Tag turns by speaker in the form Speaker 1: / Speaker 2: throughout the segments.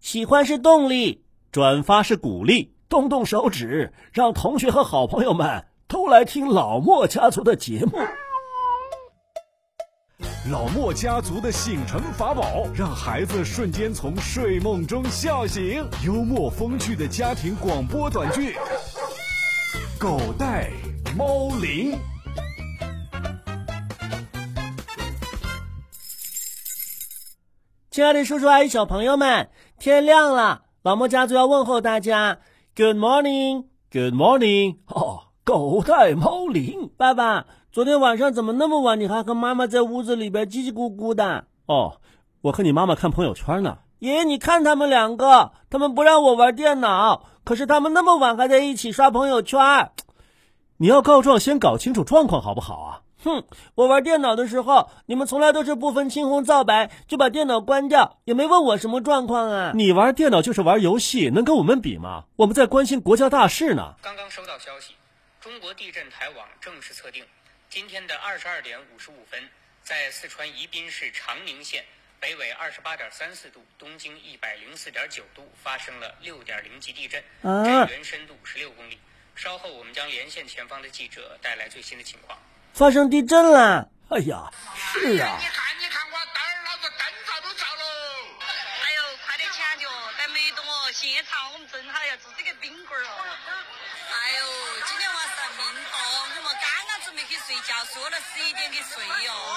Speaker 1: 喜欢是动力，转发是鼓励，
Speaker 2: 动动手指，让同学和好朋友们都来听老莫家族的节目。
Speaker 3: 老莫家族的醒神法宝，让孩子瞬间从睡梦中笑醒。幽默风趣的家庭广播短剧，《狗带猫铃》。
Speaker 1: 亲爱的叔叔阿姨、小朋友们，天亮了，老莫家族要问候大家，Good morning，Good morning。
Speaker 2: 哦，狗带猫铃，
Speaker 1: 爸爸。昨天晚上怎么那么晚？你还和妈妈在屋子里边叽叽咕咕的。
Speaker 2: 哦，我和你妈妈看朋友圈呢。
Speaker 1: 爷爷，你看他们两个，他们不让我玩电脑，可是他们那么晚还在一起刷朋友圈。
Speaker 2: 你要告状，先搞清楚状况好不好啊？
Speaker 1: 哼，我玩电脑的时候，你们从来都是不分青红皂白就把电脑关掉，也没问我什么状况啊。
Speaker 2: 你玩电脑就是玩游戏，能跟我们比吗？我们在关心国家大事呢。
Speaker 4: 刚刚收到消息，中国地震台网正式测定。今天的二十二点五十五分，在四川宜宾市长宁县北纬二十八点三四度、东经一百零四点九度发生了六点零级地震，震源深度十六公里。稍后我们将连线前方的记者，带来最新的情况。
Speaker 1: 发生地震了！
Speaker 2: 哎呀，是啊！
Speaker 5: 你看，你看，我蛋儿老子灯罩都着喽！
Speaker 6: 哎呦，快点抢救！但没等我现场，我们正好要做这个冰棍儿哦。哎呦，今天晚上命痛，我们刚刚准备去睡觉，说了十一点给睡哟、
Speaker 5: 哦。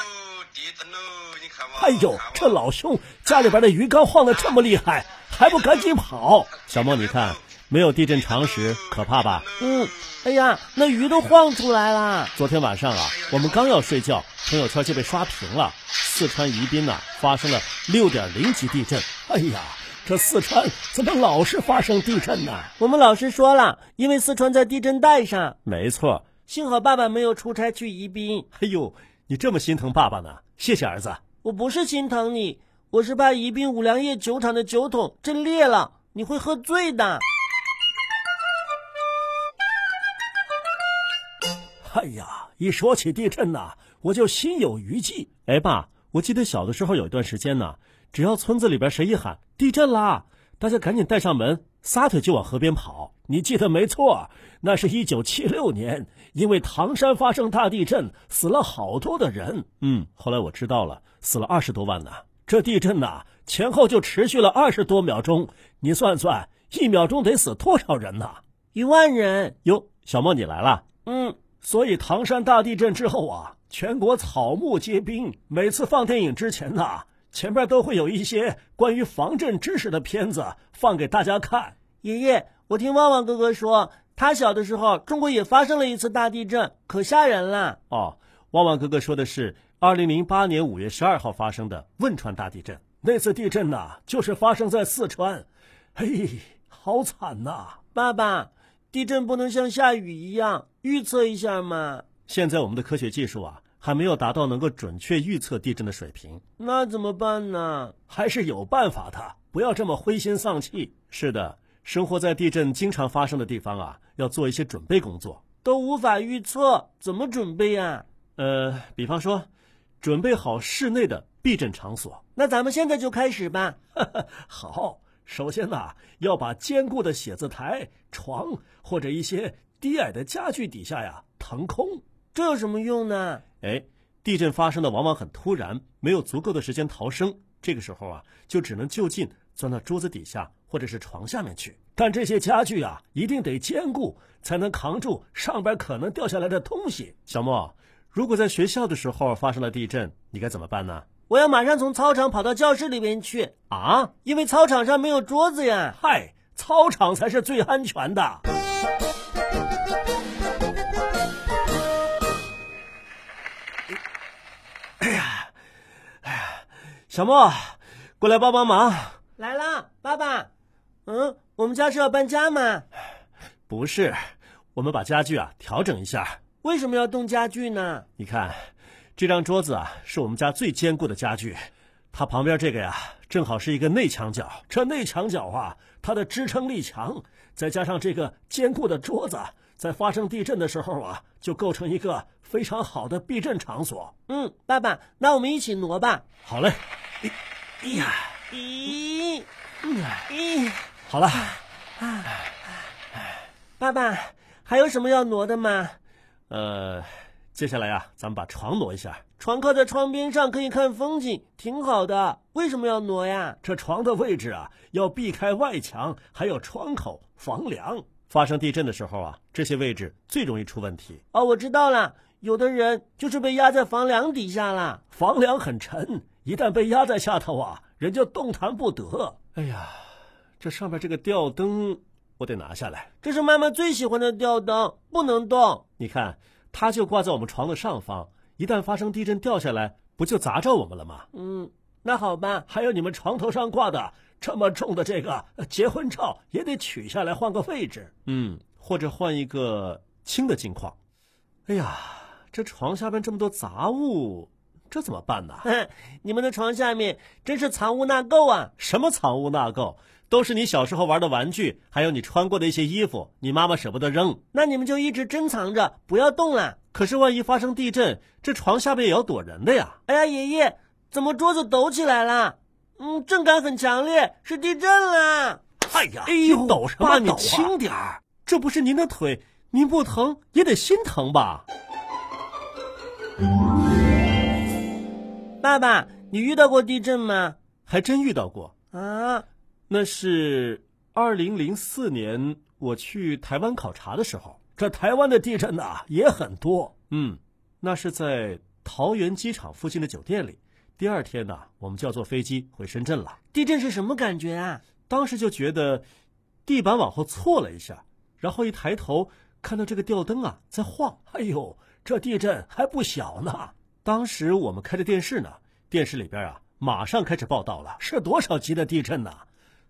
Speaker 5: 地震喽！你看嘛。
Speaker 2: 哎呦，这老兄家里边的鱼缸晃得这么厉害，还不赶紧跑！
Speaker 5: 小
Speaker 2: 莫，你看。没有地震常识，可怕吧？
Speaker 1: 嗯，哎呀，那鱼都晃出来了。
Speaker 2: 昨天晚上啊，我们刚要睡觉，朋友圈就被刷屏了。四川宜宾呐、啊，发生了六点零级地震。
Speaker 1: 哎呀，这四川怎么老是发生地震呢、啊？我们老师说了，因为四川在地震带上。
Speaker 2: 没错，
Speaker 1: 幸好爸爸没有出差去宜宾。
Speaker 2: 哎呦，你这么心疼爸爸呢？谢谢儿子。
Speaker 1: 我不是心疼你，我是怕宜宾五粮液酒厂的酒桶震裂了，你会喝醉的。
Speaker 2: 哎呀，一说起地震呐、啊，我就心有余悸。哎，爸，我记得小的时候有一段时间呢、啊，只要村子里边谁一喊地震啦，大家赶紧带上门，撒腿就往河边跑。你记得没错，那是一九七六年，因为唐山发生大地震，死了好多的人。嗯，后来我知道了，死了二十多万呢、啊。这地震呐，前后就持续了二十多秒钟，你算算，一秒钟得死多少人呢？
Speaker 1: 一万人
Speaker 2: 哟！小莫，你来了。
Speaker 1: 嗯。
Speaker 2: 所以唐山大地震之后啊，全国草木皆兵。每次放电影之前呐、啊，前边都会有一些关于防震知识的片子放给大家看。
Speaker 1: 爷爷，我听旺旺哥哥说，他小的时候中国也发生了一次大地震，可吓人了。
Speaker 2: 哦，旺旺哥哥说的是二零零八年五月十二号发生的汶川大地震。那次地震呐、啊，就是发生在四川。嘿，好惨呐、啊！
Speaker 1: 爸爸，地震不能像下雨一样。预测一下嘛！
Speaker 2: 现在我们的科学技术啊，还没有达到能够准确预测地震的水平。
Speaker 1: 那怎么办呢？
Speaker 2: 还是有办法的，不要这么灰心丧气。是的，生活在地震经常发生的地方啊，要做一些准备工作。
Speaker 1: 都无法预测，怎么准备啊？
Speaker 2: 呃，比方说，准备好室内的避震场所。
Speaker 1: 那咱们现在就开始吧。
Speaker 2: 好，首先呢、啊，要把坚固的写字台、床或者一些。低矮的家具底下呀，腾空，
Speaker 1: 这有什么用呢？
Speaker 2: 哎，地震发生的往往很突然，没有足够的时间逃生。这个时候啊，就只能就近钻到桌子底下或者是床下面去。但这些家具啊，一定得坚固，才能扛住上边可能掉下来的东西。小莫，如果在学校的时候发生了地震，你该怎么办呢？
Speaker 1: 我要马上从操场跑到教室里边去
Speaker 2: 啊，
Speaker 1: 因为操场上没有桌子呀。
Speaker 2: 嗨，操场才是最安全的。小莫，过来帮帮忙！
Speaker 1: 来啦，爸爸。嗯，我们家是要搬家吗？
Speaker 2: 不是，我们把家具啊调整一下。
Speaker 1: 为什么要动家具呢？
Speaker 2: 你看，这张桌子啊是我们家最坚固的家具，它旁边这个呀正好是一个内墙角。这内墙角啊，它的支撑力强，再加上这个坚固的桌子，啊在发生地震的时候啊，就构成一个非常好的避震场所。
Speaker 1: 嗯，爸爸，那我们一起挪吧。
Speaker 2: 好嘞。
Speaker 1: 哎呀！咦，咦，
Speaker 2: 好了，
Speaker 1: 爸爸，还有什么要挪的吗？
Speaker 2: 呃，接下来啊，咱们把床挪一下。
Speaker 1: 床靠在窗边上，可以看风景，挺好的。为什么要挪呀？
Speaker 2: 这床的位置啊，要避开外墙，还有窗口、房梁。发生地震的时候啊，这些位置最容易出问题。
Speaker 1: 哦，我知道了，有的人就是被压在房梁底下了。
Speaker 2: 房梁很沉，一旦被压在下头啊，人就动弹不得。哎呀，这上面这个吊灯我得拿下来。
Speaker 1: 这是妈妈最喜欢的吊灯，不能动。
Speaker 2: 你看，它就挂在我们床的上方，一旦发生地震掉下来，不就砸着我们了吗？
Speaker 1: 嗯，那好吧。
Speaker 2: 还有你们床头上挂的这么重的这个呃结婚照也得取下来换个位置。嗯，或者换一个轻的镜框。哎呀，这床下边这么多杂物，这怎么办呢？
Speaker 1: 哼， 你们的床下面真是藏污纳垢啊！
Speaker 2: 什么藏污纳垢，都是你小时候玩的玩具，还有你穿过的一些衣服，你妈妈舍不得扔。
Speaker 1: 那你们就一直珍藏着，不要动啊啦。
Speaker 2: 可是万一发生地震，这床下面也要躲人的呀。
Speaker 1: 哎呀，爷爷，怎么桌子抖起来了？嗯，震感很强烈，是地震啦！
Speaker 2: 哎呀，
Speaker 1: 哎呦
Speaker 2: 你抖什
Speaker 1: 爸
Speaker 2: 么
Speaker 1: 你
Speaker 2: 抖啊？
Speaker 1: 轻
Speaker 2: 点儿，这不是您的腿，您不疼也得心疼吧？
Speaker 1: 爸爸，你遇到过地震吗？
Speaker 2: 还真遇到过，
Speaker 1: 啊，
Speaker 2: 那是二零零四年我去台湾考察的时候，
Speaker 3: 这台湾的地震呐、也很多，
Speaker 2: 嗯，那是在桃园机场附近的酒店里。第二天呢，我们就要坐飞机回深圳了。
Speaker 1: 地震是什么感觉啊？
Speaker 2: 当时就觉得地板往后错了一下，然后一抬头看到这个吊灯啊在晃，
Speaker 3: 哎呦，这地震还不小呢，
Speaker 2: 当时我们开着电视呢，电视里边啊马上开始报道了，
Speaker 3: 是多少级的地震呐、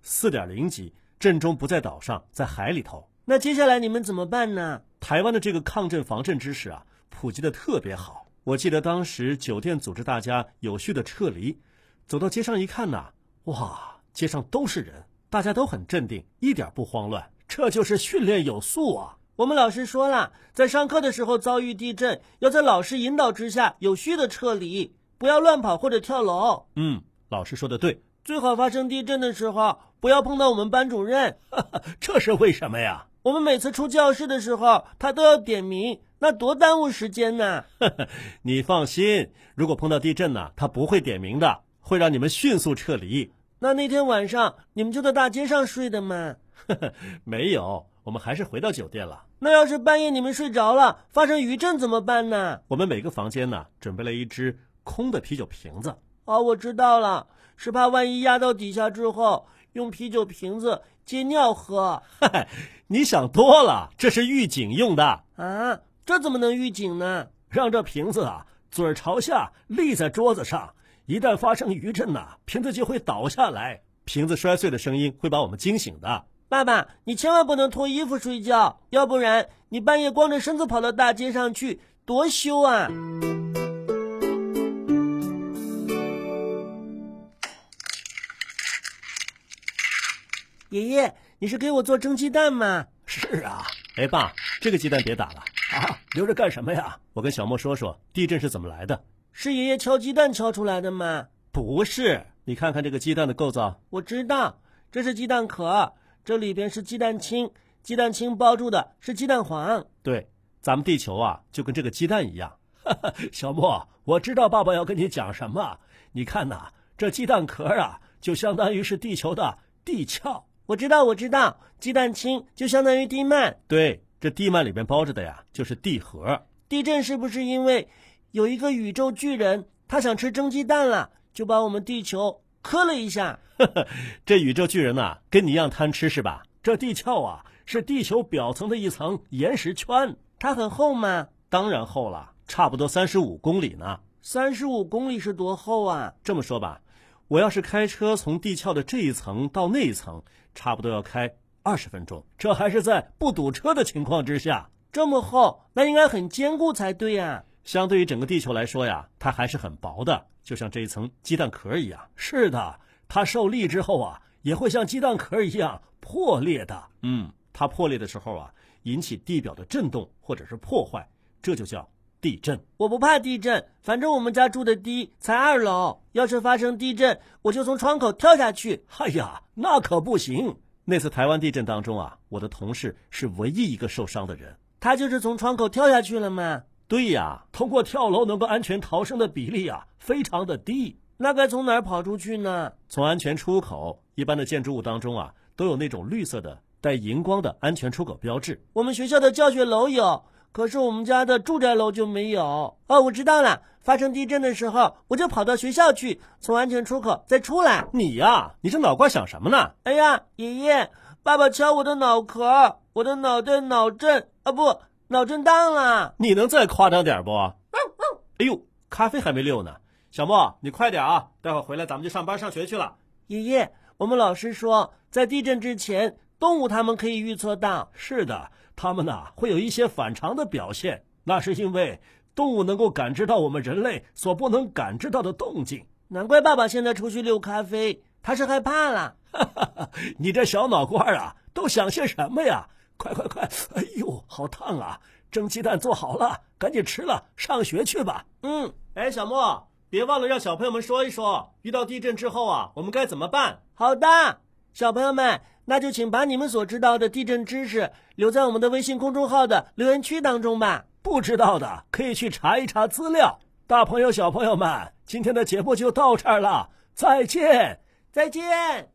Speaker 2: 四点零级，震中不在岛上，在海里头。
Speaker 1: 那接下来你们怎么办呢？
Speaker 2: 台湾的这个抗震防震知识啊，普及的特别好。我记得当时酒店组织大家有序的撤离，走到街上一看呐、哇，街上都是人，大家都很镇定，一点不慌乱。
Speaker 3: 这就是训练有素啊。
Speaker 1: 我们老师说了，在上课的时候遭遇地震，要在老师引导之下有序的撤离，不要乱跑或者跳楼。
Speaker 2: 嗯，老师说的对，
Speaker 1: 最好发生地震的时候，不要碰到我们班主任。
Speaker 3: 这是为什么呀？
Speaker 1: 我们每次出教室的时候，他都要点名，那多耽误时间呐！
Speaker 2: 你放心，如果碰到地震呢、他不会点名的，会让你们迅速撤离。
Speaker 1: 那那天晚上你们就在大街上睡的吗？
Speaker 2: 没有，我们还是回到酒店了。
Speaker 1: 那要是半夜你们睡着了，发生余震怎么办呢？
Speaker 2: 我们每个房间呢，准备了一只空的啤酒瓶子。
Speaker 1: 哦，我知道了，是怕万一压到底下之后，用啤酒瓶子接尿喝
Speaker 2: 你想多了，这是预警用的，
Speaker 1: 啊？这怎么能预警呢？
Speaker 3: 让这瓶子啊嘴儿朝下立在桌子上，一旦发生余震呐、瓶子就会倒下来。
Speaker 2: 瓶子摔碎的声音会把我们惊醒的。
Speaker 1: 爸爸，你千万不能脱衣服睡觉，要不然你半夜光着身子跑到大街上去，多羞啊！爷爷，你是给我做蒸鸡蛋吗？
Speaker 3: 是啊，
Speaker 2: 哎，爸，这个鸡蛋别打了。
Speaker 3: 啊，留着干什么呀？
Speaker 2: 我跟小莫说说地震是怎么来的。
Speaker 1: 是爷爷敲鸡蛋敲出来的吗？
Speaker 2: 不是，你看看这个鸡蛋的构造，
Speaker 1: 我知道，这是鸡蛋壳，这里边是鸡蛋清，鸡蛋清包住的是鸡蛋黄。
Speaker 2: 对，咱们地球啊就跟这个鸡蛋一样。
Speaker 3: 小莫，我知道爸爸要跟你讲什么。你看呐、这鸡蛋壳啊，就相当于是地球的地壳。
Speaker 1: 我知道，我知道，鸡蛋清就相当于地幔。
Speaker 2: 对，这地幔里面包着的呀就是地核。
Speaker 1: 地震是不是因为有一个宇宙巨人，他想吃蒸鸡蛋了，就把我们地球磕了一下？
Speaker 2: 这宇宙巨人呐、跟你一样贪吃是吧？
Speaker 3: 这地壳啊，是地球表层的一层岩石圈。
Speaker 1: 它很厚吗？
Speaker 2: 当然厚了，差不多三十五公里呢。
Speaker 1: 三十五公里是多厚啊？
Speaker 2: 这么说吧，我要是开车从地壳的这一层到那一层，差不多要开二十分钟。
Speaker 3: 这还是在不堵车的情况之下。
Speaker 1: 这么厚，那应该很坚固才对呀、
Speaker 2: 相对于整个地球来说呀，它还是很薄的，就像这一层鸡蛋壳一样。
Speaker 3: 是的，它受力之后啊，也会像鸡蛋壳一样破裂的。
Speaker 2: 嗯，它破裂的时候啊，引起地表的震动或者是破坏，这就叫地震。
Speaker 1: 我不怕地震，反正我们家住的低，才二楼。要是发生地震，我就从窗口跳下去。
Speaker 2: 哎呀，那可不行！那次台湾地震当中啊，我的同事是唯一一个受伤的人。
Speaker 1: 他就是从窗口跳下去了嘛。
Speaker 2: 对呀、通过跳楼能够安全逃生的比例啊，非常的低。
Speaker 1: 那该从哪儿跑出去呢？
Speaker 2: 从安全出口，一般的建筑物当中啊，都有那种绿色的带荧光的安全出口标志。
Speaker 1: 我们学校的教学楼有，可是我们家的住宅楼就没有。哦，我知道了，发生地震的时候，我就跑到学校去，从安全出口再出来。
Speaker 2: 你呀、你这脑瓜想什么呢？
Speaker 1: 哎呀，爷爷，爸爸敲我的脑壳，我的脑袋脑震啊不，脑震荡了。哦
Speaker 2: 你能再夸张点不？哎呦，咖啡还没溜呢。小莫，你快点啊，待会儿回来咱们就上班上学去了。
Speaker 1: 爷爷，我们老师说，在地震之前，动物它们可以预测到。
Speaker 2: 是的，他们呐会有一些反常的表现，那是因为动物能够感知到我们人类所不能感知到的动静。
Speaker 1: 难怪爸爸现在出去溜咖啡，他是害怕了。
Speaker 2: 你这小脑瓜儿啊，都想些什么呀？快快快！哎呦，好烫啊！蒸鸡蛋做好了，赶紧吃了，上学去吧。
Speaker 1: 嗯，
Speaker 2: 哎，小莫，别忘了让小朋友们说一说，遇到地震之后啊，我们该怎么办？
Speaker 1: 好的，小朋友们，那就请把你们所知道的地震知识留在我们的微信公众号的留言区当中吧。
Speaker 2: 不知道的可以去查一查资料。大朋友、小朋友们，今天的节目就到这儿了，再见。
Speaker 1: 再见。